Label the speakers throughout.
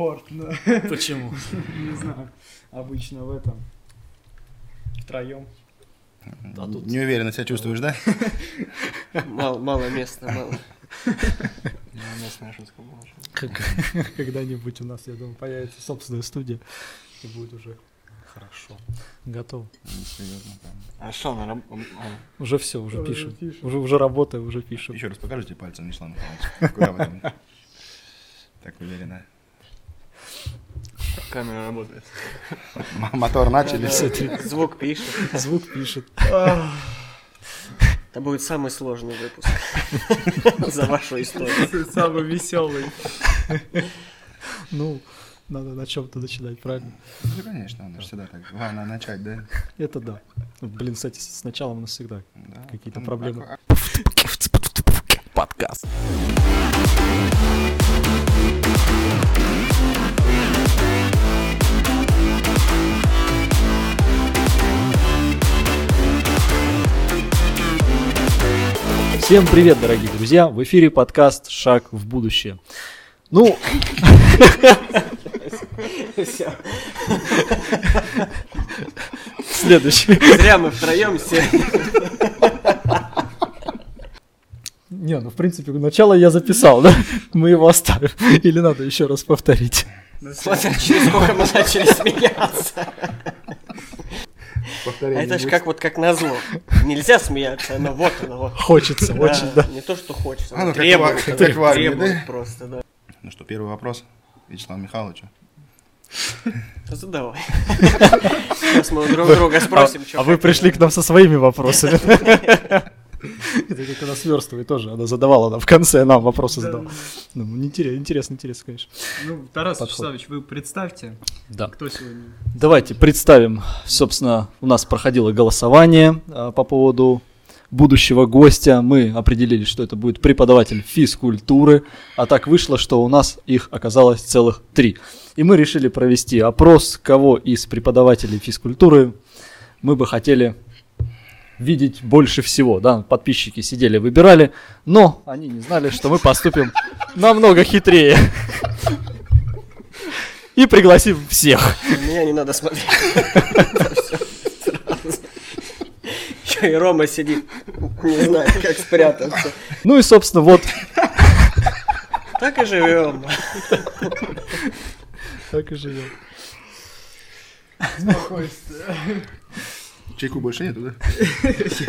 Speaker 1: Комфортно.
Speaker 2: Почему?
Speaker 1: Не знаю. Обычно в этом. Втроем.
Speaker 2: А тут-
Speaker 3: Не уверенно себя чувствуешь, да?
Speaker 4: Мало, мало места, мало. Местная шутка была.
Speaker 1: Когда-нибудь у нас, я думаю, появится собственная студия. И будет уже
Speaker 2: Хорошо.
Speaker 1: готово.
Speaker 3: Серьезно. там.
Speaker 4: А что, она... раб- м, а,
Speaker 1: Уже все, уже
Speaker 2: Уже
Speaker 1: пишем. Уже, уже работаем, уже пишем.
Speaker 3: Еще раз покажите пальцем, Вячеслав Михайлович. Куда вы там? Так уверенно.
Speaker 4: Камера работает.
Speaker 3: М- Мотор начали.
Speaker 4: Да, Звук пишет.
Speaker 1: Звук пишет. А,
Speaker 4: Это будет самый сложный выпуск за вашу историю.
Speaker 1: Самый веселый. Ну, надо на чем-то начинать, правильно?
Speaker 3: Ну, конечно, надо же всегда так. Главное начать, да?
Speaker 1: Это да. Ну, Блин, кстати, с- сначала у нас всегда
Speaker 3: Да,
Speaker 1: какие-то
Speaker 3: потом-
Speaker 1: проблемы.
Speaker 2: Подкаст.
Speaker 1: Всем привет, дорогие друзья! В эфире подкаст «Шаг в будущее». Ну,
Speaker 4: Всё.
Speaker 1: следующий.
Speaker 4: Зря мы втроем все.
Speaker 1: Не, ну, в принципе, начало я записал, да? Мы его оставим. Или надо еще раз повторить?
Speaker 4: Смотри, через сколько мы начали смеяться. А
Speaker 3: Повторение
Speaker 4: это же
Speaker 3: будет.
Speaker 4: как вот как назло. Нельзя смеяться, но вот оно вот.
Speaker 1: Хочется, очень, да.
Speaker 4: Не то, что хочется,
Speaker 3: А, ну,
Speaker 4: оно
Speaker 3: как
Speaker 4: требует.
Speaker 3: в- как в
Speaker 4: оно
Speaker 3: армии,
Speaker 4: Требует
Speaker 3: да?
Speaker 4: просто, да.
Speaker 3: Ну что, первый вопрос Вячеславу Михайловичу.
Speaker 4: Задавай. Ну, Сейчас мы у друг друга спросим, что
Speaker 1: А вы пришли к нам со своими вопросами. Это как она сверстывает тоже. Она задавала нам в конце, нам вопросы задавала. Ну, интерес- интересно, интересно, конечно.
Speaker 5: Ну, Тарас
Speaker 1: Подход.
Speaker 5: Вячеславович, вы представьте,
Speaker 1: Да.
Speaker 5: кто сегодня.
Speaker 1: Давайте представим, собственно, у нас проходило голосование а, по поводу будущего гостя. Мы определили, что это будет преподаватель физкультуры, а так вышло, что у нас их оказалось целых три. И мы решили провести опрос, кого из преподавателей физкультуры мы бы хотели видеть больше всего. Да? Подписчики сидели, выбирали, но они не знали, что мы поступим намного хитрее. И пригласим всех.
Speaker 4: На меня не надо смотреть. Еще и Рома сидит, не знает, как спрятаться.
Speaker 1: Ну и, собственно, вот.
Speaker 4: Так и живем.
Speaker 1: Так и живем.
Speaker 3: Чайку больше нету, да?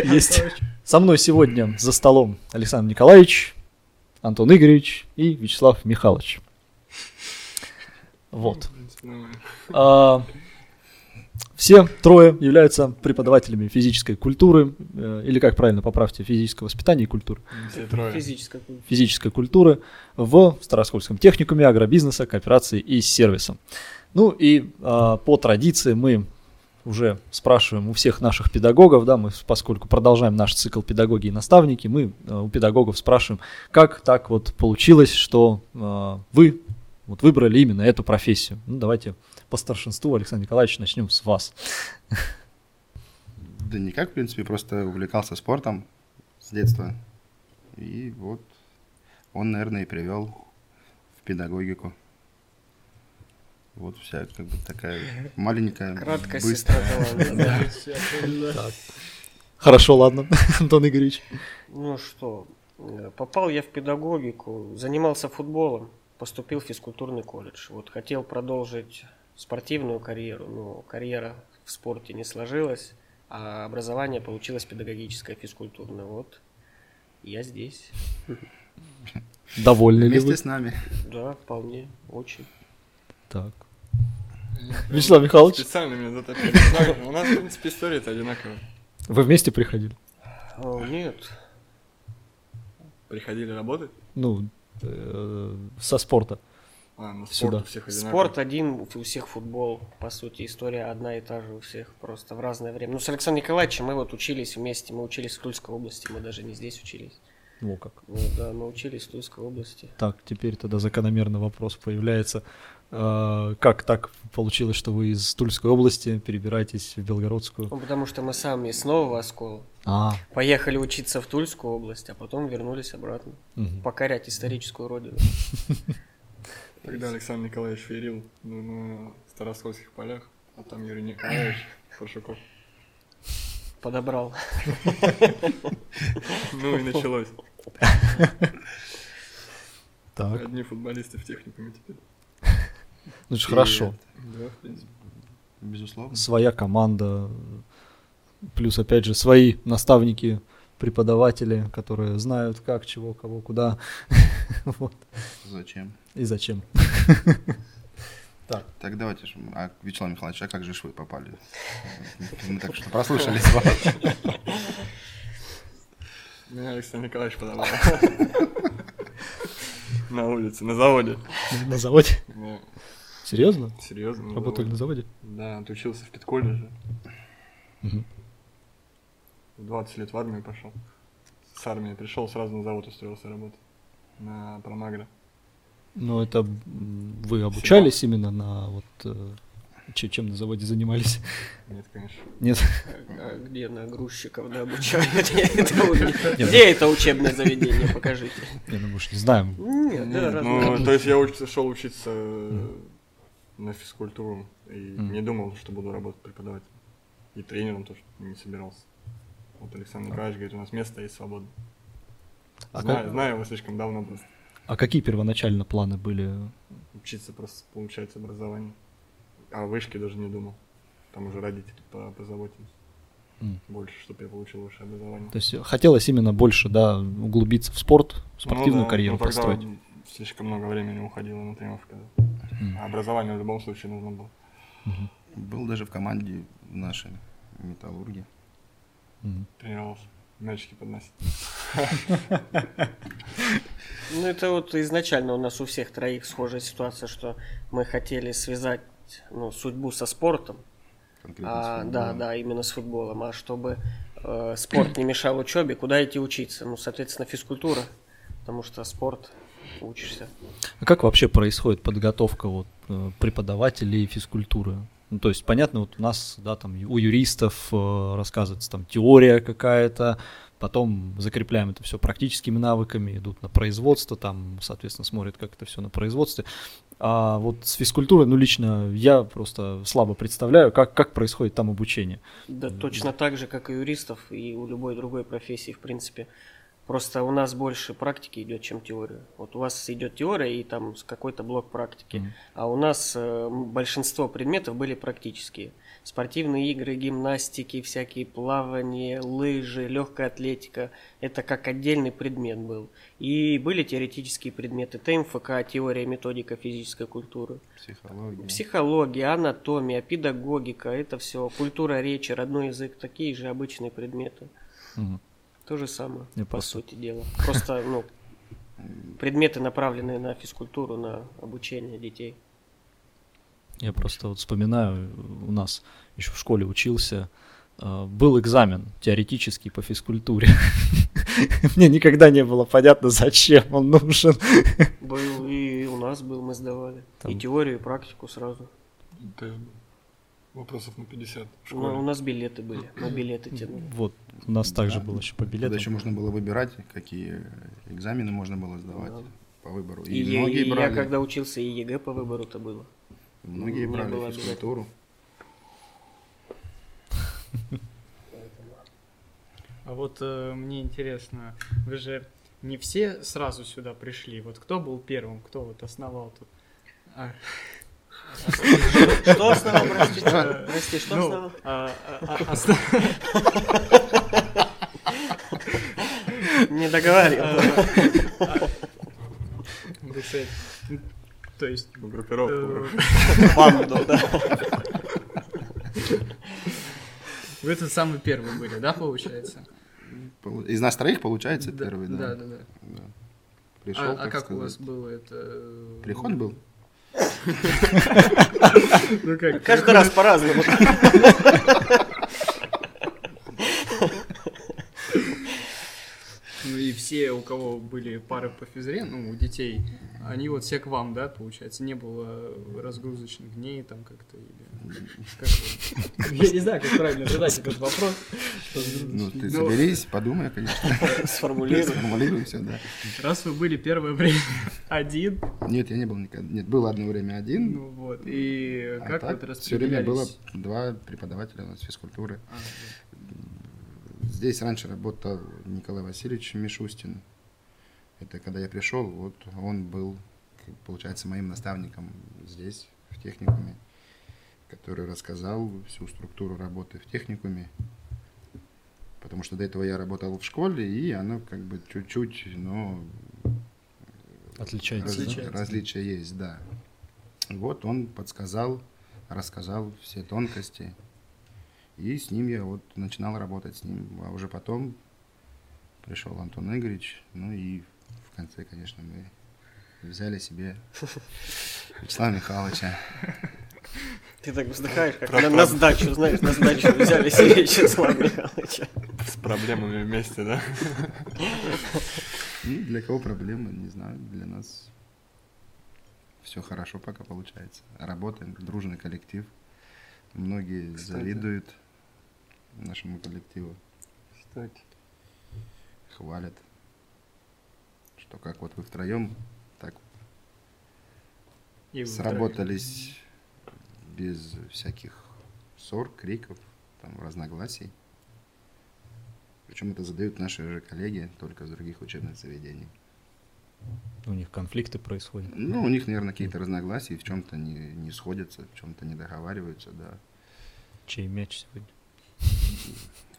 Speaker 1: Есть. Со мной сегодня за столом Александр Николаевич, Антон Игоревич и Вячеслав Михайлович. Вот. А, все трое являются преподавателями физической культуры, э, или как правильно, поправьте, физического воспитания и культуры.
Speaker 4: Физическое.
Speaker 1: физической культуры в Староскольском техникуме агробизнеса, кооперации и сервиса. Ну и а, по традиции мы уже спрашиваем у всех наших педагогов, да, мы, поскольку продолжаем наш цикл педагоги и наставники, мы а, у педагогов спрашиваем, как так вот получилось, что а, вы вот выбрали именно эту профессию. Ну, давайте по старшинству, Александр Николаевич, начнем с вас.
Speaker 3: Да никак, в принципе, просто увлекался спортом с детства. И вот он, наверное, и привел в педагогику. Вот вся как бы такая маленькая,
Speaker 4: Краткость и
Speaker 3: быстрая.
Speaker 4: страхование.
Speaker 1: Хорошо, ладно, Антон Игоревич.
Speaker 4: Ну что, э, попал я в педагогику, занимался футболом, поступил в физкультурный колледж. Вот хотел продолжить спортивную карьеру, но карьера в спорте не сложилась, а образование получилось педагогическое, физкультурное. Вот я здесь.
Speaker 1: Довольны ли вы?
Speaker 3: Вместе с нами.
Speaker 4: Да, вполне, очень.
Speaker 1: Так. Вячеслав Михайлович,
Speaker 6: Специально меня затопили. Ну, ладно, У нас, в принципе, история-то одинаковая.
Speaker 1: вы вместе приходили?
Speaker 4: О, нет,
Speaker 6: Приходили работать?
Speaker 1: ну, э, со спорта.
Speaker 6: А, ну спорт
Speaker 1: Сюда.
Speaker 6: у всех одинаковый.
Speaker 4: спорт один, у у всех футбол. По сути, история одна и та же у всех, просто в разное время. Ну, с Александром Николаевичем мы вот учились вместе, мы учились в Тульской области, мы даже не здесь учились.
Speaker 1: Во как.
Speaker 4: Ну да, мы учились в Тульской области.
Speaker 1: Так, теперь тогда закономерный вопрос появляется. Э, как так получилось, что вы из Тульской области перебираетесь в Белгородскую?
Speaker 4: Ну, потому что мы сами из Нового Оскола
Speaker 1: А,
Speaker 4: поехали учиться в Тульскую область, а потом вернулись обратно,
Speaker 1: мгм.
Speaker 4: покорять историческую родину.
Speaker 6: Тогда Александр Николаевич ферил ну, на Староскольских полях, а там Юрий Николаевич Фаршуков.
Speaker 4: Подобрал.
Speaker 6: Ну и началось.
Speaker 1: Так.
Speaker 6: Одни футболисты в техникуме теперь.
Speaker 1: Ну, ж хорошо.
Speaker 6: Да, в принципе.
Speaker 3: Безусловно.
Speaker 1: Своя команда, плюс, опять же, свои наставники, преподаватели, которые знают как, чего, кого, куда Вот.
Speaker 3: Зачем?
Speaker 1: и зачем.
Speaker 3: Так давайте же. А, Вячеслав Михайлович, а как же ж вы попали? Мы так что прослушали с вас.
Speaker 6: Меня Александр Николаевич подобрал. На улице, на заводе.
Speaker 1: На заводе?
Speaker 6: Да,
Speaker 1: Серьезно?
Speaker 6: серьезно. ну, на
Speaker 1: Работали на
Speaker 6: заводе.
Speaker 1: заводе?
Speaker 6: Да, отучился в педколледже.
Speaker 1: Мгм.
Speaker 6: В 20 лет в армию пошел. С армии пришел, сразу на завод устроился работать. На промагра.
Speaker 1: Ну, это м, вы обучались именно на вот э, че- чем на заводе занимались?
Speaker 6: Нет, конечно.
Speaker 1: Нет?
Speaker 4: А где на грузчиков да, обучают? Я этого не- Где это учебное заведение? Покажите.
Speaker 1: Не, ну мы ж не знаем.
Speaker 4: Нет, да, раз-
Speaker 6: Ну, то есть я уч- шел учиться э, на физкультуру и
Speaker 1: Мгм.
Speaker 6: не думал, что буду работать преподавателем. И тренером тоже не собирался. Вот Александр Николаевич говорит, у нас место есть свободно.
Speaker 1: А,
Speaker 6: знаю,
Speaker 1: как-
Speaker 6: знаю его слишком давно просто.
Speaker 1: а какие первоначально планы были?
Speaker 6: Учиться просто получать образование. А о вышке даже не думал. Там уже родители по- позаботились.
Speaker 1: М.
Speaker 6: Больше, чтобы я получил высшее образование.
Speaker 1: То есть э, хотелось именно больше, да, углубиться в спорт, спортивную
Speaker 6: Ну да,
Speaker 1: карьеру
Speaker 6: ну тогда
Speaker 1: построить.
Speaker 6: Слишком много времени уходило на тренировки.
Speaker 1: М.
Speaker 6: А образование в любом случае нужно было.
Speaker 3: Был даже в команде нашей металлурги.
Speaker 1: Мгм.
Speaker 6: Тренировался. Мячики подносить.
Speaker 4: Ну, это вот изначально у нас у всех троих схожая ситуация, что мы хотели связать ну, судьбу со спортом.
Speaker 3: конкретно с
Speaker 4: А,
Speaker 3: футболом.
Speaker 4: да, да, именно с футболом. А чтобы э, спорт не мешал учебе, куда идти учиться? Ну, соответственно, физкультура, потому что спорт учишься.
Speaker 1: А как вообще происходит подготовка вот э, преподавателей физкультуры? Ну, то есть, понятно, вот у нас, да, там ю- у юристов э, рассказывается там теория какая-то, потом закрепляем это все практическими навыками, идут на производство, там, соответственно, смотрят, как это все на производстве. А вот с физкультурой, ну, лично я просто слабо представляю, как, как происходит там обучение.
Speaker 4: Да, точно так же, как и юристов, и у любой другой профессии, в принципе. Просто у нас больше практики идет, чем теория. Вот у вас идет теория и там с- какой-то блок практики.
Speaker 1: Мгм.
Speaker 4: А у нас э, м, большинство предметов были практические. Спортивные игры, гимнастики, всякие плавания, лыжи, легкая атлетика. Это как отдельный предмет был. И были теоретические предметы ТМФК, теория, методика физической культуры.
Speaker 3: Психология.
Speaker 4: Психология, анатомия, педагогика, это все, культура речи, родной язык, такие же обычные предметы.
Speaker 1: Мгм.
Speaker 4: То же самое,
Speaker 1: Я
Speaker 4: Ну, по
Speaker 1: просто-
Speaker 4: сути дела. Просто, ну, предметы, направленные на физкультуру, на обучение детей.
Speaker 1: Я просто вот вспоминаю, у нас еще в школе учился, э, был экзамен теоретический по физкультуре. Мне никогда не было понятно, зачем он нужен.
Speaker 4: Был и у нас был, мы сдавали. И
Speaker 1: Там-
Speaker 4: теорию, и практику сразу.
Speaker 6: То есть вопросов на 50 в
Speaker 4: У на- у
Speaker 6: школе.
Speaker 4: нас билеты были, мы билеты тянули.
Speaker 1: Вот, у нас также
Speaker 3: Да.
Speaker 1: было еще по
Speaker 3: Тогда
Speaker 1: билетам.
Speaker 3: еще можно было выбирать, какие экзамены можно было сдавать
Speaker 4: Да.
Speaker 3: по выбору.
Speaker 4: И,
Speaker 3: И, многие
Speaker 4: и я
Speaker 3: брали,
Speaker 4: когда учился, и ЕГЭ по выбору-то было.
Speaker 3: многие
Speaker 4: у меня было
Speaker 3: брали физкультуру.
Speaker 7: А вот э, мне интересно, вы же не все сразу сюда пришли. Вот кто был первым, кто вот основал тут? А,
Speaker 4: Что основал, прости, прости, что
Speaker 7: ну,
Speaker 4: основал?
Speaker 7: а, а, а, осно-
Speaker 4: Не договаривал.
Speaker 7: а, да, кстати, ну, То есть...
Speaker 6: Ну, Группировку.
Speaker 7: э,
Speaker 4: Банду, да.
Speaker 7: Вы тут самые первые были, да, получается?
Speaker 3: Полу- Из нас троих, получается, первый, да.
Speaker 7: Да, да, да.
Speaker 3: Пришел,
Speaker 7: А а
Speaker 3: так
Speaker 7: как у
Speaker 3: сказать.
Speaker 7: вас было это? э,
Speaker 3: Приход был?
Speaker 7: Ну как?
Speaker 4: Каждый раз по-разному.
Speaker 7: Ну и все, у кого были пары по физре, ну, у детей, а, они вот все к вам, да, получается? Не было разгрузочных дней там как-то или... как вот? Я не знаю, как правильно задать этот вопрос.
Speaker 3: Ну, ты
Speaker 7: Ну,
Speaker 3: соберись, подумай, конечно,
Speaker 4: Сформулируй.
Speaker 3: сформулируй все, да.
Speaker 7: Раз вы были первое время один,
Speaker 3: Нет, я не был никогда. Нет, был одно время один,
Speaker 7: ну вот, и
Speaker 3: а
Speaker 7: как вот
Speaker 3: так все время было
Speaker 7: распределялись?
Speaker 3: два преподавателя у нас физкультуры.
Speaker 7: А, вот.
Speaker 3: Здесь раньше работал Николай Васильевич Мишустин. Это когда я пришел, вот он был, как получается, моим наставником здесь, в техникуме, который рассказал всю структуру работы в техникуме. Потому что до этого я работал в школе, и оно как бы чуть-чуть, но
Speaker 1: Отличается.
Speaker 3: раз-
Speaker 1: да?
Speaker 7: Различается.
Speaker 3: различия есть, да. Вот он подсказал, рассказал все тонкости. И с ним я вот начинал работать с ним. А уже потом пришел Антон Игоревич. Ну и в конце, конечно, мы взяли себе Вячеслава Михайловича.
Speaker 4: Ты так вздыхаешь, как на, на сдачу, знаешь, на сдачу взяли себе Вячеслава Михайловича.
Speaker 6: С проблемами вместе, да?
Speaker 3: Ну, для кого проблема, не знаю, для нас все хорошо пока получается. Работаем, дружный коллектив. Многие
Speaker 6: Кстати.
Speaker 3: завидуют нашему коллективу.
Speaker 6: Кстати.
Speaker 3: хвалят, что как вот вы втроем так
Speaker 7: И вы
Speaker 3: сработались без всяких ссор, криков, там разногласий. Причем это задают наши же коллеги только из других учебных заведений.
Speaker 1: У них конфликты происходят.
Speaker 3: Ну, у них, наверное, какие-то разногласия, в чем-то не, не сходятся, в чем-то не договариваются, да.
Speaker 1: Чей мяч сегодня?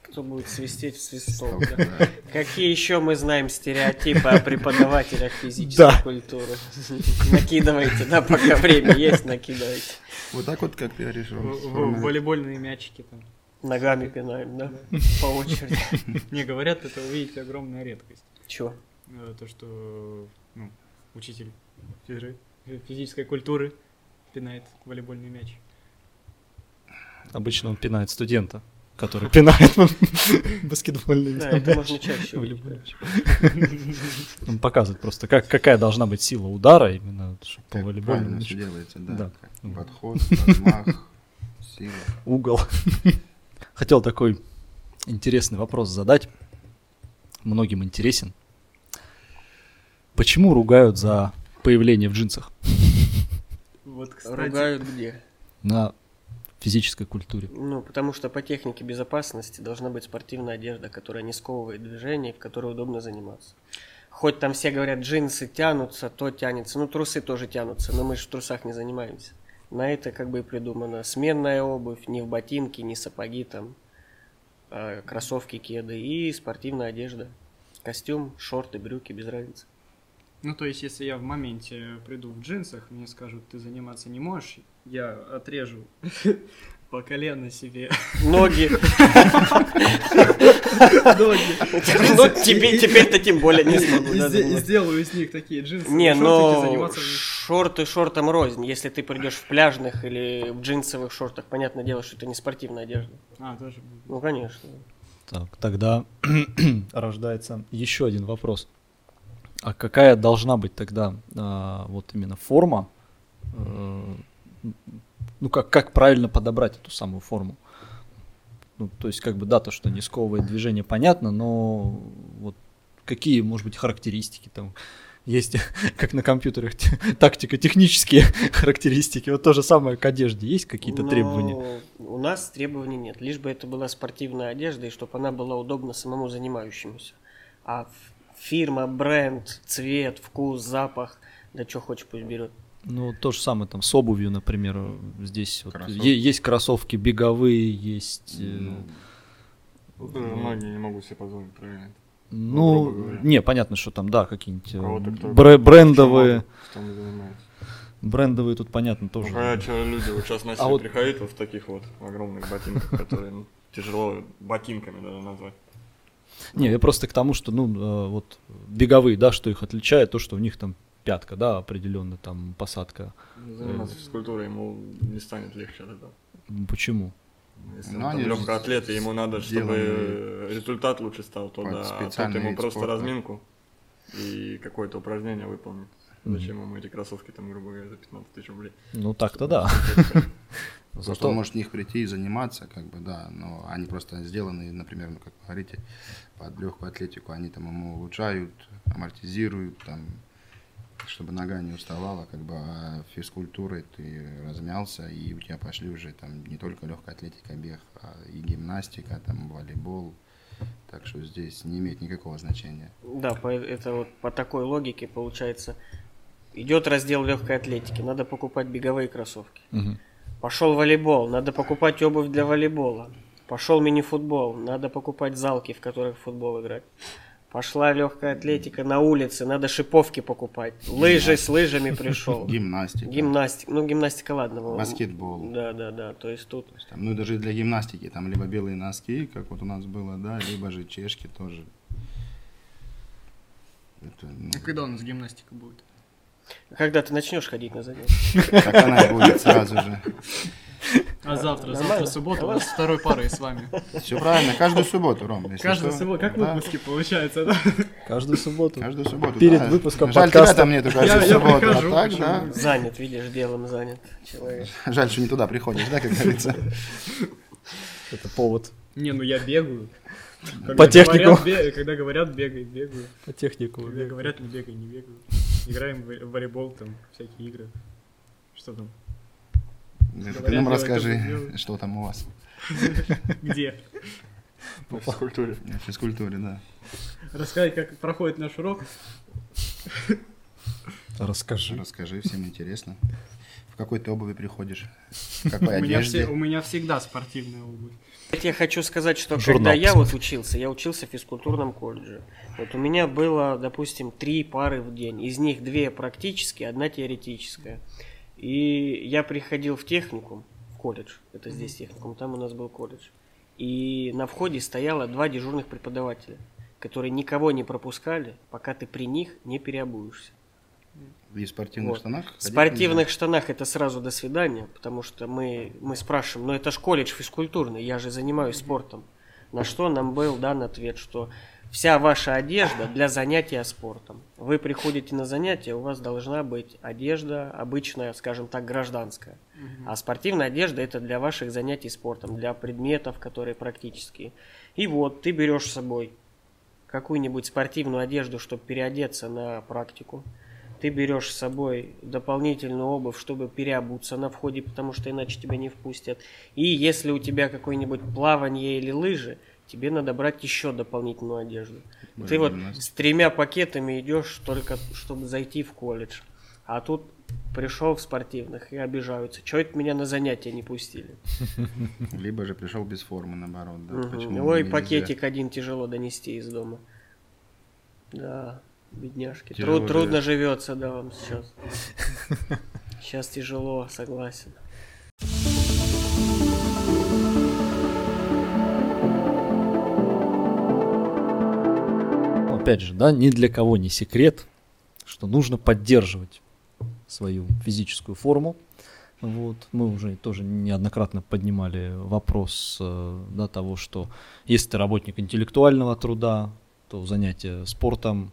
Speaker 4: Кто будет свистеть в свисток.
Speaker 3: Сталкиваются,
Speaker 4: да?
Speaker 3: да.
Speaker 4: Какие еще мы знаем стереотипы о преподавателях
Speaker 1: Да.
Speaker 4: физической культуры? Накидывайте, да, пока время есть, накидывайте.
Speaker 3: Вот так вот, как ты говоришь,
Speaker 7: в-
Speaker 3: Ром,
Speaker 7: в-
Speaker 3: сформулировать.
Speaker 7: Волейбольные мячики там.
Speaker 4: Ногами пинаем, да, по очереди.
Speaker 7: Не говорят, это увидите огромная редкость.
Speaker 4: Чё?
Speaker 7: Э, То, что ну, учитель физры- физической культуры пинает волейбольный мяч.
Speaker 1: Обычно он пинает студента, который пинает баскетбольный
Speaker 4: Да,
Speaker 1: мяч.
Speaker 4: это можно чаще. увидеть,
Speaker 1: Волейбольный
Speaker 4: да.
Speaker 1: Он показывает просто, как, какая должна быть сила удара именно чтоб по
Speaker 3: Как
Speaker 1: волейбольному
Speaker 3: правильно
Speaker 1: мячу.
Speaker 3: все делается, да.
Speaker 1: Да.
Speaker 3: Как Подход, размах, сила.
Speaker 1: угол. Хотел такой интересный вопрос задать. Многим интересен. Почему ругают за появление в джинсах
Speaker 7: Вот, кстати,
Speaker 4: Ругают где?
Speaker 1: на физической культуре?
Speaker 4: Ну, потому что по технике безопасности должна быть спортивная одежда, которая не сковывает движение, в которой удобно заниматься. Хоть там все говорят, джинсы тянутся, то тянется. Ну, трусы тоже тянутся, но мы же в трусах не занимаемся. На это как бы и придумано. Сменная обувь, не в ботинки, не сапоги там, а кроссовки, кеды и спортивная одежда. Костюм, шорты, брюки, без разницы.
Speaker 7: ну то есть, если я в моменте приду в джинсах, мне скажут, ты заниматься не можешь, я отрежу по колено себе
Speaker 4: Ноги.
Speaker 7: ноги
Speaker 4: Ну, тебе- теперь-то тем более не смогу.
Speaker 7: и
Speaker 4: да,
Speaker 7: сде- и
Speaker 4: думаю.
Speaker 7: сделаю из них такие джинсы.
Speaker 4: Не,
Speaker 7: шортики,
Speaker 4: но
Speaker 7: заниматься в них.
Speaker 4: шорты шортом рознь. Если ты придешь в пляжных или в джинсовых шортах, понятное дело, что это не спортивная одежда.
Speaker 7: А, тоже.
Speaker 4: Ну, конечно.
Speaker 1: Так, тогда рождается еще один вопрос. А какая должна быть тогда а, вот именно форма? э, ну, как, как правильно подобрать эту самую форму? Ну, то есть, как бы, да, то, что не сковывает движение, понятно, но вот какие, может быть, характеристики там есть, как на компьютерах, тактико-технические характеристики. Вот то же самое к одежде. Есть какие-то
Speaker 4: Но
Speaker 1: требования?
Speaker 4: У нас требований нет. Лишь бы это была спортивная одежда и чтобы она была удобна самому занимающемуся. А ф- фирма, бренд, цвет, вкус, запах, да что хочешь, пусть берет.
Speaker 1: Ну, то же самое там с обувью, например, э, здесь вот
Speaker 3: Кроссовки.
Speaker 1: е- есть кроссовки беговые, есть... э,
Speaker 3: Ну,
Speaker 6: Многие не могу себе позволить, правильно.
Speaker 1: ну,
Speaker 6: грубо говоря.
Speaker 1: не, понятно, что там, да, какие-нибудь э,
Speaker 6: Кого-то, кто-
Speaker 1: бре- брендовые.
Speaker 6: Что мы занимаемся.
Speaker 1: Брендовые тут, понятно, тоже.
Speaker 6: Когда че- ну, люди вот сейчас начали
Speaker 1: А вот-
Speaker 6: приходить вот в таких вот огромных ботинках, которые ну, тяжело ботинками даже назвать.
Speaker 1: Не, я просто к тому, что, ну, э, вот беговые, да, что их отличает, то, что у них там пятка, да, определенно там посадка.
Speaker 6: Заниматься физкультурой ему не станет легче от этого.
Speaker 1: М, Почему?
Speaker 6: Если
Speaker 3: Ну,
Speaker 6: он там
Speaker 3: они же
Speaker 6: легкоатлет, и ему надо, чтобы
Speaker 3: сделаны
Speaker 6: э, результат лучше стал, то
Speaker 3: под
Speaker 6: да, а тут
Speaker 3: специальный
Speaker 6: ему
Speaker 3: вид
Speaker 6: просто
Speaker 3: спорта.
Speaker 6: разминку и какое-то упражнение выполнит. Зачем ему эти кроссовки, там, грубо говоря, за 15 тысяч рублей?
Speaker 1: Ну так-то да.
Speaker 3: Просто он может в них прийти и заниматься, как бы, да, но они просто сделаны, например, ну, как вы говорите, под легкую атлетику, они там ему улучшают, амортизируют, там, чтобы нога не уставала, как бы, а физкультурой ты размялся, и у тебя пошли уже там не только легкая атлетика, бег, а и гимнастика, там, волейбол, так что здесь не имеет никакого значения.
Speaker 4: Да, по, это вот по такой логике получается. Идет раздел легкой атлетики, надо покупать беговые кроссовки.
Speaker 1: Мгм.
Speaker 4: Пошел волейбол, надо покупать обувь для волейбола. Пошел мини-футбол, надо покупать залки, в которых в футбол играть. Пошла легкая атлетика на улице, надо шиповки покупать. Лыжи с лыжами пришел.
Speaker 3: Гимнастика,
Speaker 4: Гимнастика, ну гимнастика, ладно. вот.
Speaker 3: баскетбол.
Speaker 4: Да, да, да, то есть тут
Speaker 3: То есть там, ну и даже для гимнастики, там либо белые носки, как вот у нас было, да, либо же чешки тоже. Это, ну,
Speaker 5: А когда у нас гимнастика будет?
Speaker 4: Когда ты начнешь ходить на занятия?
Speaker 3: так она и будет сразу же.
Speaker 5: А завтра,
Speaker 4: нормально.
Speaker 5: завтра суббота, у нас с второй парой с вами.
Speaker 3: Все правильно, каждую субботу, Ром. если
Speaker 5: Каждый
Speaker 3: что.
Speaker 5: суббота, как
Speaker 3: Да,
Speaker 5: выпуски получается, да?
Speaker 1: Каждую субботу.
Speaker 3: Каждую субботу.
Speaker 1: Перед
Speaker 3: да.
Speaker 1: выпуском
Speaker 3: Жаль,
Speaker 1: подкаста.
Speaker 3: тебя там нету
Speaker 5: Я-
Speaker 3: каждую
Speaker 5: я
Speaker 3: субботу, а
Speaker 5: прихожу,
Speaker 3: так,
Speaker 5: почему?
Speaker 3: да.
Speaker 4: Занят, видишь, делом занят человек.
Speaker 3: Жаль, что не туда приходишь, да, как говорится.
Speaker 1: Это повод
Speaker 5: Не, ну я бегаю. Когда
Speaker 1: По технику.
Speaker 5: говорят, бе- Когда говорят, бегай, бегаю.
Speaker 1: по технику.
Speaker 5: Когда говорят, не бегай, не бегаю. Играем в вол- в волейбол, там, всякие игры. Что там?
Speaker 3: Ты нам
Speaker 5: делай, как
Speaker 3: расскажи,
Speaker 5: делай.
Speaker 3: что там у вас.
Speaker 5: Где?
Speaker 6: На физкультуре.
Speaker 3: В физкультуре, да.
Speaker 5: Рассказать, как проходит наш урок.
Speaker 1: Расскажи.
Speaker 3: Расскажи, всем интересно. В какой ты обуви приходишь? В какой
Speaker 5: У меня, все, у
Speaker 3: одежде?
Speaker 5: меня всегда спортивная обувь.
Speaker 4: Кстати, Я хочу сказать, что
Speaker 1: Журнал
Speaker 4: когда я вот учился, я учился в физкультурном колледже. Вот у меня было, допустим, три пары в день. Из них две практические, одна теоретическая. И я приходил в техникум, в колледж, это здесь техникум, там у нас был колледж. И на входе стояло два дежурных преподавателя, которые никого не пропускали, пока ты при них не переобуешься.
Speaker 3: И в спортивных
Speaker 4: Вот.
Speaker 3: штанах?
Speaker 4: В
Speaker 3: ходить
Speaker 4: спортивных штанах это сразу до свидания, потому что мы, мы спрашиваем, ну это ж колледж физкультурный, я же занимаюсь спортом. На что нам был дан ответ, что вся ваша одежда для занятия спортом. Вы приходите на занятия, у вас должна быть одежда обычная, скажем так, гражданская. А спортивная одежда это для ваших занятий спортом, для предметов, которые практические. И вот ты берешь с собой какую-нибудь спортивную одежду, чтобы переодеться на практику. Ты берешь с собой дополнительную обувь, чтобы переобуться на входе, потому что иначе тебя не впустят. И если у тебя какое-нибудь плавание или лыжи, тебе надо брать еще дополнительную одежду.
Speaker 3: Блин, ну,
Speaker 4: Ты вот
Speaker 3: у нас-
Speaker 4: с тремя пакетами идешь только, чтобы зайти в колледж. А тут пришел в спортивных и обижаются. Чего это меня на занятия не пустили?
Speaker 3: Либо же пришел без формы, наоборот, да.
Speaker 4: Мгм.
Speaker 3: Почему
Speaker 4: Ой,
Speaker 3: нельзя?
Speaker 4: пакетик один тяжело донести из дома. Да, бедняжки.
Speaker 3: Тяжело
Speaker 4: Труд, трудно живется, да, вам сейчас. Сейчас тяжело, согласен.
Speaker 1: Опять же, да, ни для кого не секрет, что нужно поддерживать свою физическую форму. Вот. Мы уже тоже неоднократно поднимали вопрос э, да, того, что если ты работник интеллектуального труда, то занятия спортом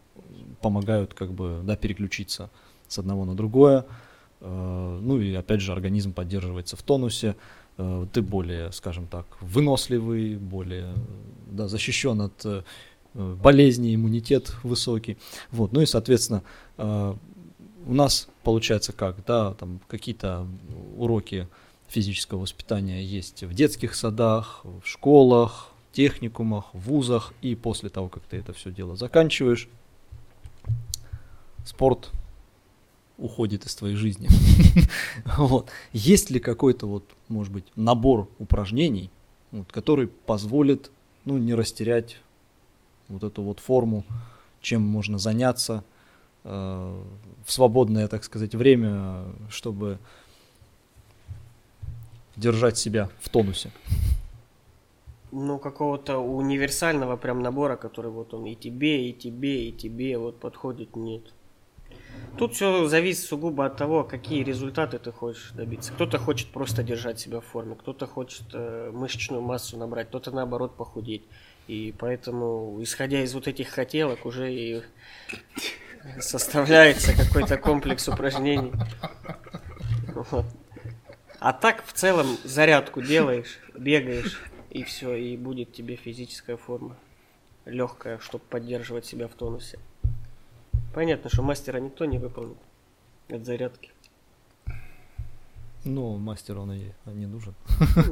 Speaker 1: помогают как бы да, переключиться с одного на другое. Э, Ну и опять же организм поддерживается в тонусе, Э, ты более, скажем так, выносливый, более да, защищен от э, э, болезней, иммунитет высокий. Вот. Ну и, соответственно, э, у нас получается как, да, там какие-то уроки физического воспитания есть в детских садах, в школах, техникумах, в вузах, и после того, как ты это все дело заканчиваешь, спорт уходит из твоей жизни. Вот. Есть ли какой-то вот, может быть, набор упражнений, вот, который позволит, ну, не растерять вот эту вот форму, чем можно заняться э, в свободное, так сказать, время, чтобы держать себя в тонусе.
Speaker 4: Ну, какого-то универсального прям набора, который вот он и тебе, и тебе, и тебе вот подходит, нет. Тут все зависит сугубо от того, какие результаты ты хочешь добиться. Кто-то хочет просто держать себя в форме, кто-то хочет э, мышечную массу набрать, кто-то наоборот похудеть. И поэтому, исходя из вот этих хотелок, уже и составляется какой-то комплекс упражнений. Вот. А так в целом зарядку делаешь, бегаешь, и все, и будет тебе физическая форма. Легкая, чтобы поддерживать себя в тонусе. Понятно, что мастера никто не выполнит от зарядки.
Speaker 1: Ну, мастер он и не нужен.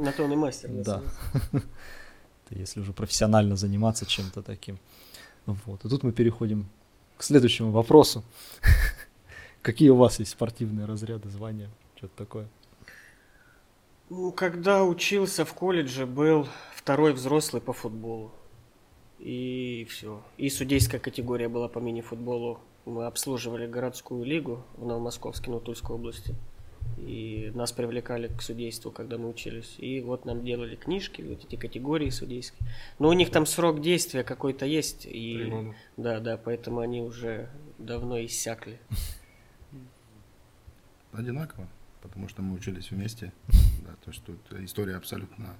Speaker 4: На то он и мастер. на
Speaker 1: Да.
Speaker 4: самом деле.
Speaker 1: Это если уже профессионально заниматься чем-то таким. Вот. И тут мы переходим к следующему вопросу. Какие у вас есть спортивные разряды, звания, что-то такое?
Speaker 4: Ну, когда учился в колледже, был второй взрослый по футболу. И все. И судейская категория была по мини-футболу. Мы обслуживали городскую лигу в Новомосковске, но Тульской области. И нас привлекали к судейству, когда мы учились. И вот нам делали книжки, вот эти категории судейские. Но у них там срок действия какой-то есть.
Speaker 6: Три
Speaker 4: И...
Speaker 6: года.
Speaker 4: Да, да, поэтому они уже давно иссякли.
Speaker 3: Одинаково, потому что мы учились вместе. Да, то есть тут история абсолютно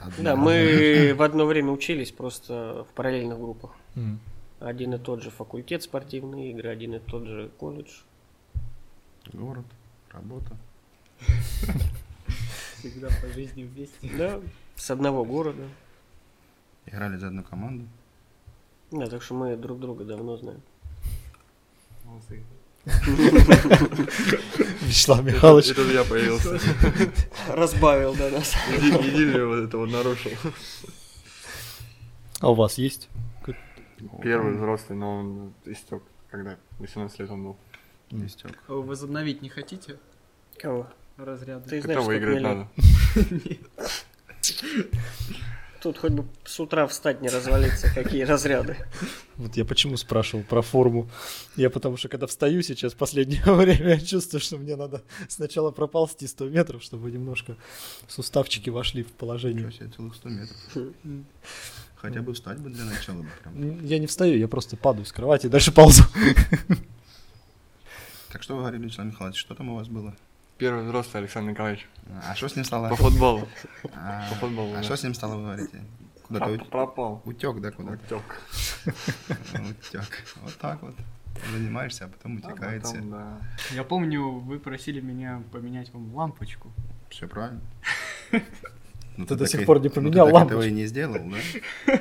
Speaker 3: одна.
Speaker 4: Да, мы в одно время учились просто в параллельных группах.
Speaker 1: М.
Speaker 4: Один и тот же факультет спортивные игры, один и тот же колледж.
Speaker 3: Город, работа.
Speaker 7: Всегда по жизни вместе.
Speaker 4: Да, с одного города.
Speaker 3: Играли за одну команду.
Speaker 4: Да, так что мы друг друга давно знаем.
Speaker 6: Молодцы.
Speaker 1: Вячеслав Михайлович.
Speaker 6: И тут я появился.
Speaker 4: Разбавил до нас.
Speaker 6: Неде- Неделю вот это вот нарушил.
Speaker 1: А у вас есть?
Speaker 6: Первый взрослый, но он истек, когда 18 лет он был.
Speaker 3: Истек.
Speaker 5: А
Speaker 7: Возобновить не хотите
Speaker 4: Кого?
Speaker 7: разряды?
Speaker 4: Ты знаешь,
Speaker 6: Кто
Speaker 4: сколько
Speaker 6: выиграть
Speaker 4: мне лет?
Speaker 6: надо?
Speaker 4: Тут хоть бы с утра встать не развалиться, какие разряды.
Speaker 1: Вот я почему спрашивал про форму. Я потому что когда встаю сейчас в последнее время, я чувствую, что мне надо сначала проползти 100 метров, чтобы немножко суставчики вошли в положение.
Speaker 3: Ничего себе, целых 100 метров. Хотя бы встать бы для начала. бы прям.
Speaker 1: М, Я не встаю, я просто падаю с кровати и дальше ползу.
Speaker 3: Так что вы говорили, Вячеслав Михайлович, что там у вас было?
Speaker 6: Первый взрослый Александр Николаевич.
Speaker 3: А что с ним стало?
Speaker 6: По футболу.
Speaker 3: А
Speaker 6: По футболу.
Speaker 3: а
Speaker 6: да.
Speaker 3: что с ним стало, вы говорите? Куда-то
Speaker 6: Проп- Пропал.
Speaker 3: утек, да, куда-то?
Speaker 6: Утек.
Speaker 3: Утек. Вот так вот. Занимаешься, а потом утекаете.
Speaker 7: Я помню, вы просили меня поменять вам лампочку.
Speaker 3: Все правильно. Ну,
Speaker 1: Ты до
Speaker 3: так
Speaker 1: сих
Speaker 3: и-
Speaker 1: пор не
Speaker 3: ну,
Speaker 1: поменял
Speaker 3: ты так этого и
Speaker 1: лампочку.
Speaker 3: не сделал, да?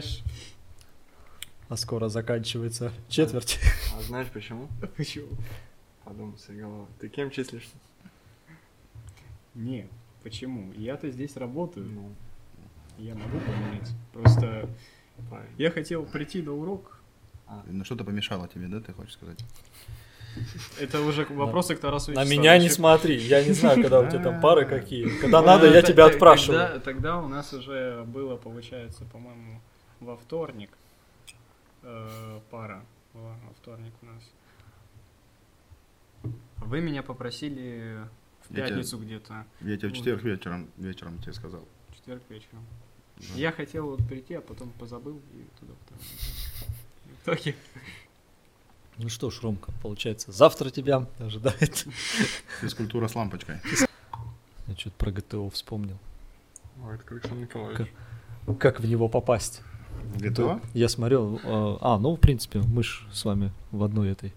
Speaker 7: ж...
Speaker 1: А скоро заканчивается четверть.
Speaker 6: А знаешь почему?
Speaker 7: Почему?
Speaker 6: Подумал себе головой. Ты кем числишься?
Speaker 5: Не, почему? Я-то здесь работаю,
Speaker 6: Ну,
Speaker 5: я могу поменять. Просто
Speaker 6: правильно.
Speaker 5: я хотел прийти на урок.
Speaker 3: Ну что-то помешало тебе, да, ты хочешь сказать?
Speaker 5: Это уже вопросы к
Speaker 7: Ну
Speaker 5: Тарасу
Speaker 1: На
Speaker 5: Вячеславовичу.
Speaker 1: меня не смотри, я не знаю, когда у тебя там пары какие. Когда надо,
Speaker 5: Ну,
Speaker 1: я
Speaker 5: т-
Speaker 1: тебя
Speaker 5: т-
Speaker 1: отпрашиваю.
Speaker 5: Тогда, тогда у нас уже было, получается, по-моему, во вторник э, пара была во вторник у нас.
Speaker 7: Вы меня попросили в
Speaker 3: Я тебя-
Speaker 7: пятницу где-то,
Speaker 3: Я тебе в
Speaker 7: Вот.
Speaker 3: четверг вечером, вечером тебе сказал.
Speaker 5: в четверг вечером.
Speaker 3: Да.
Speaker 5: Я хотел вот прийти, а потом позабыл и туда потом. В итоге
Speaker 1: Ну что ж, Ромка, получается, завтра тебя ожидает.
Speaker 3: Физкультура с лампочкой.
Speaker 1: Я что-то про ГТО вспомнил.
Speaker 6: Ой, А это Александр Николаевич.
Speaker 1: Как в него попасть?
Speaker 3: Готово?
Speaker 1: Я смотрел, э, а, ну, в принципе, мы ж с вами в одной этой.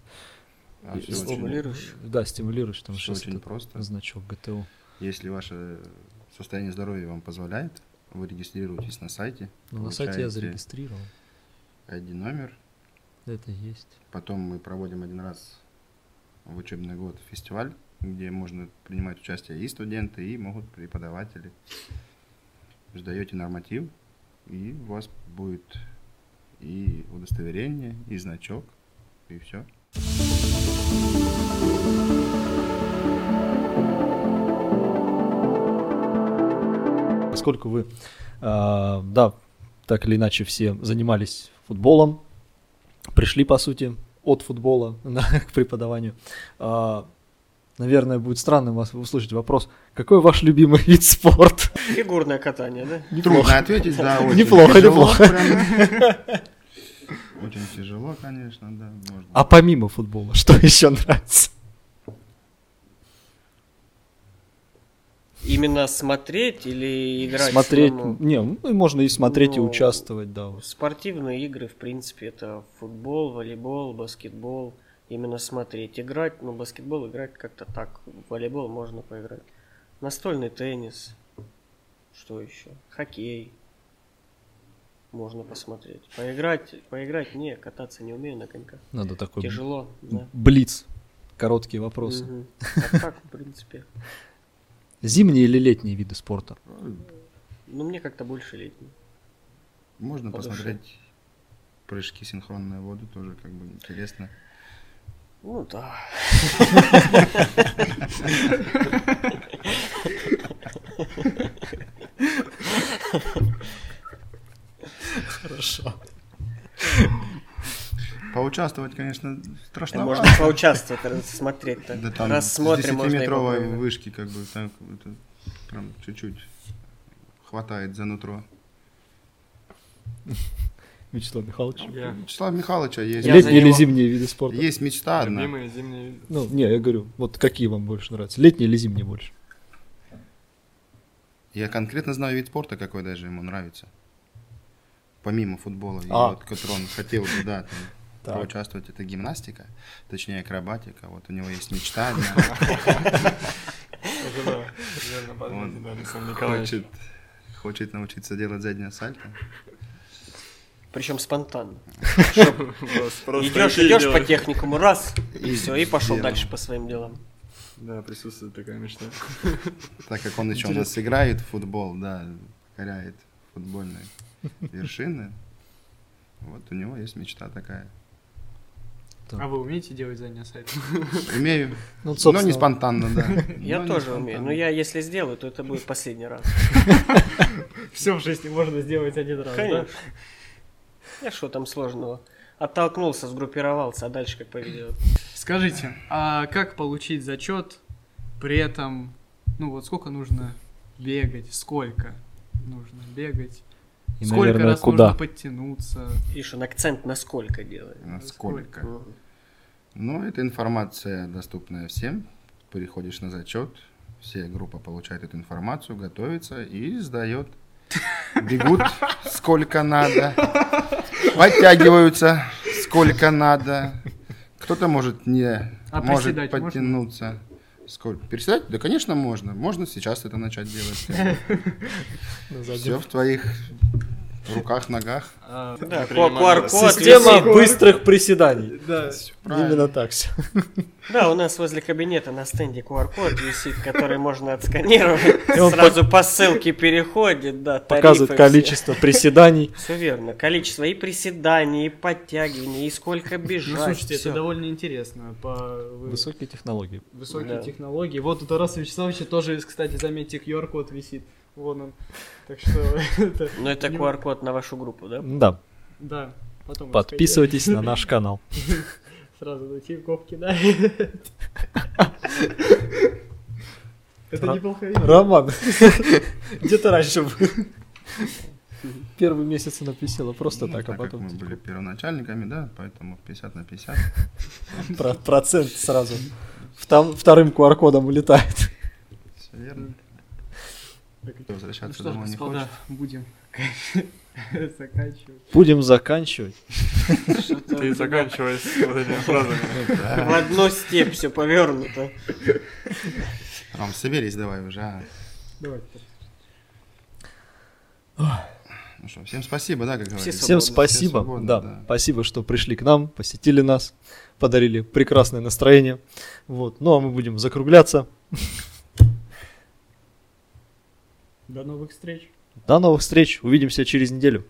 Speaker 3: А всё очень-
Speaker 4: Стимулируешь?
Speaker 1: Да, стимулируешь, там
Speaker 3: всё
Speaker 1: сейчас
Speaker 3: очень просто.
Speaker 1: значок ГТО.
Speaker 3: Если ваше состояние здоровья вам позволяет, вы регистрируетесь на сайте,
Speaker 1: Ну, на сайте я
Speaker 3: Получаете.
Speaker 1: зарегистрировал.
Speaker 3: один номер,
Speaker 1: Это есть.
Speaker 3: потом мы проводим один раз в учебный год фестиваль, где можно принимать участие и студенты, и могут преподаватели. Сдаете норматив, и у вас будет и удостоверение, и значок, и все.
Speaker 1: Поскольку вы, э, А, да, так или иначе все занимались футболом, пришли, по сути, от футбола на- к преподаванию, а, наверное, будет странно вас услышать вопрос, какой ваш любимый вид спорта?
Speaker 4: Фигурное катание, да?
Speaker 3: Трудно ответить, да, очень
Speaker 1: Неплохо,
Speaker 3: тяжело
Speaker 1: неплохо.
Speaker 3: прям. Очень тяжело, конечно, да. можно.
Speaker 1: А помимо футбола, что еще нравится?
Speaker 4: Именно смотреть или играть?
Speaker 1: смотреть,
Speaker 4: самому?
Speaker 1: не, ну, и можно и смотреть, и
Speaker 4: Ну,
Speaker 1: участвовать, да. вот.
Speaker 4: Спортивные игры, в принципе, это футбол, волейбол, баскетбол. Именно смотреть, играть, ну, баскетбол играть как-то так. В волейбол можно поиграть. Настольный теннис. Что еще? Хоккей. Можно посмотреть. Поиграть, поиграть не, кататься не умею на коньках.
Speaker 1: Надо такой б-
Speaker 4: Тяжело, да.
Speaker 1: блиц, короткие вопросы.
Speaker 4: Мгм. А так, в принципе.
Speaker 1: Зимние или летние виды спорта?
Speaker 4: Ну, мне как-то больше летний.
Speaker 3: Можно
Speaker 4: По душе.
Speaker 3: посмотреть прыжки синхронные воды, тоже как бы интересно.
Speaker 4: Ну да.
Speaker 3: Поучаствовать, конечно, страшно.
Speaker 4: Можно поучаствовать, раз- смотреть так.
Speaker 3: Да там
Speaker 4: Раз
Speaker 3: с
Speaker 4: смотрим, можно и
Speaker 3: 10-метровой
Speaker 4: попробовать.
Speaker 3: вышки как бы так это прям чуть-чуть хватает за нутро.
Speaker 1: Вячеслав Михайлович.
Speaker 6: Я
Speaker 3: Вячеслава Михайловича а есть.
Speaker 4: Я за
Speaker 1: Летние или
Speaker 4: него.
Speaker 1: зимние виды спорта?
Speaker 3: Есть мечта одна.
Speaker 6: любимые зимние виды.
Speaker 1: Ну, не, я говорю, вот какие вам больше нравятся? Летние или зимние больше?
Speaker 3: Я конкретно знаю вид спорта, какой даже ему нравится. Помимо футбола, и
Speaker 1: А.
Speaker 3: вот, который он хотел бы, да, там,
Speaker 1: Так.
Speaker 3: поучаствовать, это гимнастика, точнее акробатика. Вот у него есть мечта одна.
Speaker 6: Уже, да, верно, подметил, да, Александр Николаевич.
Speaker 3: Хочет, хочет научиться делать заднее сальто.
Speaker 4: Причем спонтанно.
Speaker 6: Просто- просто
Speaker 4: Идешь,
Speaker 6: идея
Speaker 4: идешь
Speaker 6: делать.
Speaker 4: по техникуму, раз,
Speaker 3: И
Speaker 4: и все, и пошел
Speaker 3: сделал.
Speaker 4: дальше по своим делам.
Speaker 6: Да, присутствует такая мечта.
Speaker 3: Так как он еще у нас играет в футбол, да, покоряет футбольные вершины. Вот у него есть мечта такая.
Speaker 7: А вы умеете делать задние сайты?
Speaker 3: Умею,
Speaker 1: Ну, вот,
Speaker 3: но не
Speaker 1: собственно,
Speaker 3: спонтанно, да.
Speaker 1: Ну,
Speaker 4: Я
Speaker 3: Но не
Speaker 4: тоже
Speaker 3: спонтанно.
Speaker 4: умею, но я если сделаю, то это будет последний раз.
Speaker 7: Все в жизни можно сделать один раз, да?
Speaker 4: Конечно. А что там сложного? Оттолкнулся, сгруппировался, а дальше как повезет.
Speaker 7: Скажите, а как получить зачет при этом, ну вот сколько нужно бегать, сколько нужно бегать,
Speaker 1: и,
Speaker 7: сколько
Speaker 1: наверное,
Speaker 7: раз
Speaker 1: куда?
Speaker 7: нужно подтянуться?
Speaker 4: Видишь, он акцент на сколько делает.
Speaker 3: Насколько?
Speaker 4: Мгм.
Speaker 3: Ну, эта информация доступная всем. Переходишь на зачет, все группа получает эту информацию, готовится и сдает. Бегут сколько надо, подтягиваются сколько надо. Кто-то может не
Speaker 7: А
Speaker 3: может
Speaker 7: приседать можно?
Speaker 3: подтянуться. Сколько? Переседать? Да, конечно, можно. Можно сейчас это начать делать. Все в твоих руках, ногах.
Speaker 6: А,
Speaker 4: Да,
Speaker 6: принимаю.
Speaker 4: QR-код.
Speaker 1: Система
Speaker 4: висит.
Speaker 1: быстрых приседаний.
Speaker 7: Да.
Speaker 1: Именно так все.
Speaker 4: Да, у нас возле кабинета на стенде QR-код висит, который можно отсканировать.
Speaker 1: И он
Speaker 4: Сразу по ссылке переходит, да,
Speaker 1: Показывает количество приседаний.
Speaker 4: Все верно. Количество и приседаний, и подтягиваний, и сколько бежать.
Speaker 7: Ну слушайте,
Speaker 4: всё.
Speaker 7: это довольно интересно по вы-
Speaker 1: Высокие технологии.
Speaker 7: высокие
Speaker 4: Да.
Speaker 7: технологии. Вот у Тараса Вячеславовича тоже, кстати, заметьте, QR-код висит. Вон он. Так что это,
Speaker 4: Но Ну, это QR-код на вашу группу, да?
Speaker 1: Да,
Speaker 7: да, потом
Speaker 1: подписывайтесь на наш канал.
Speaker 7: расскажу. Сразу дайте копки, да? Это неплохо.
Speaker 3: А
Speaker 1: Роман, где ты раньше был? Первый месяц она писала просто
Speaker 3: Ну,
Speaker 1: так, а
Speaker 3: как
Speaker 1: потом
Speaker 3: мы были первоначальниками, да, поэтому 50 на 50.
Speaker 1: про- процент сразу втам- вторым QR-кодом улетает.
Speaker 3: Все верно.
Speaker 7: Ну
Speaker 3: Возвращаться
Speaker 7: что ж,
Speaker 3: домой не
Speaker 7: господа,
Speaker 3: хочешь.
Speaker 7: будем заканчивать.
Speaker 1: Будем заканчивать.
Speaker 6: Ты заканчивай с вот этими фразами.
Speaker 4: В одну степь все повернуто.
Speaker 3: Ром, соберись давай уже. а.
Speaker 7: Давайте.
Speaker 3: Ну что, всем спасибо, да, как говорится.
Speaker 1: Всем
Speaker 4: Свободно, все
Speaker 1: спасибо.
Speaker 3: свободны,
Speaker 1: да,
Speaker 3: да.
Speaker 1: спасибо, что пришли к нам, посетили нас, подарили прекрасное настроение. Вот. Ну а мы будем закругляться.
Speaker 7: До новых встреч.
Speaker 1: До новых встреч. Увидимся через неделю.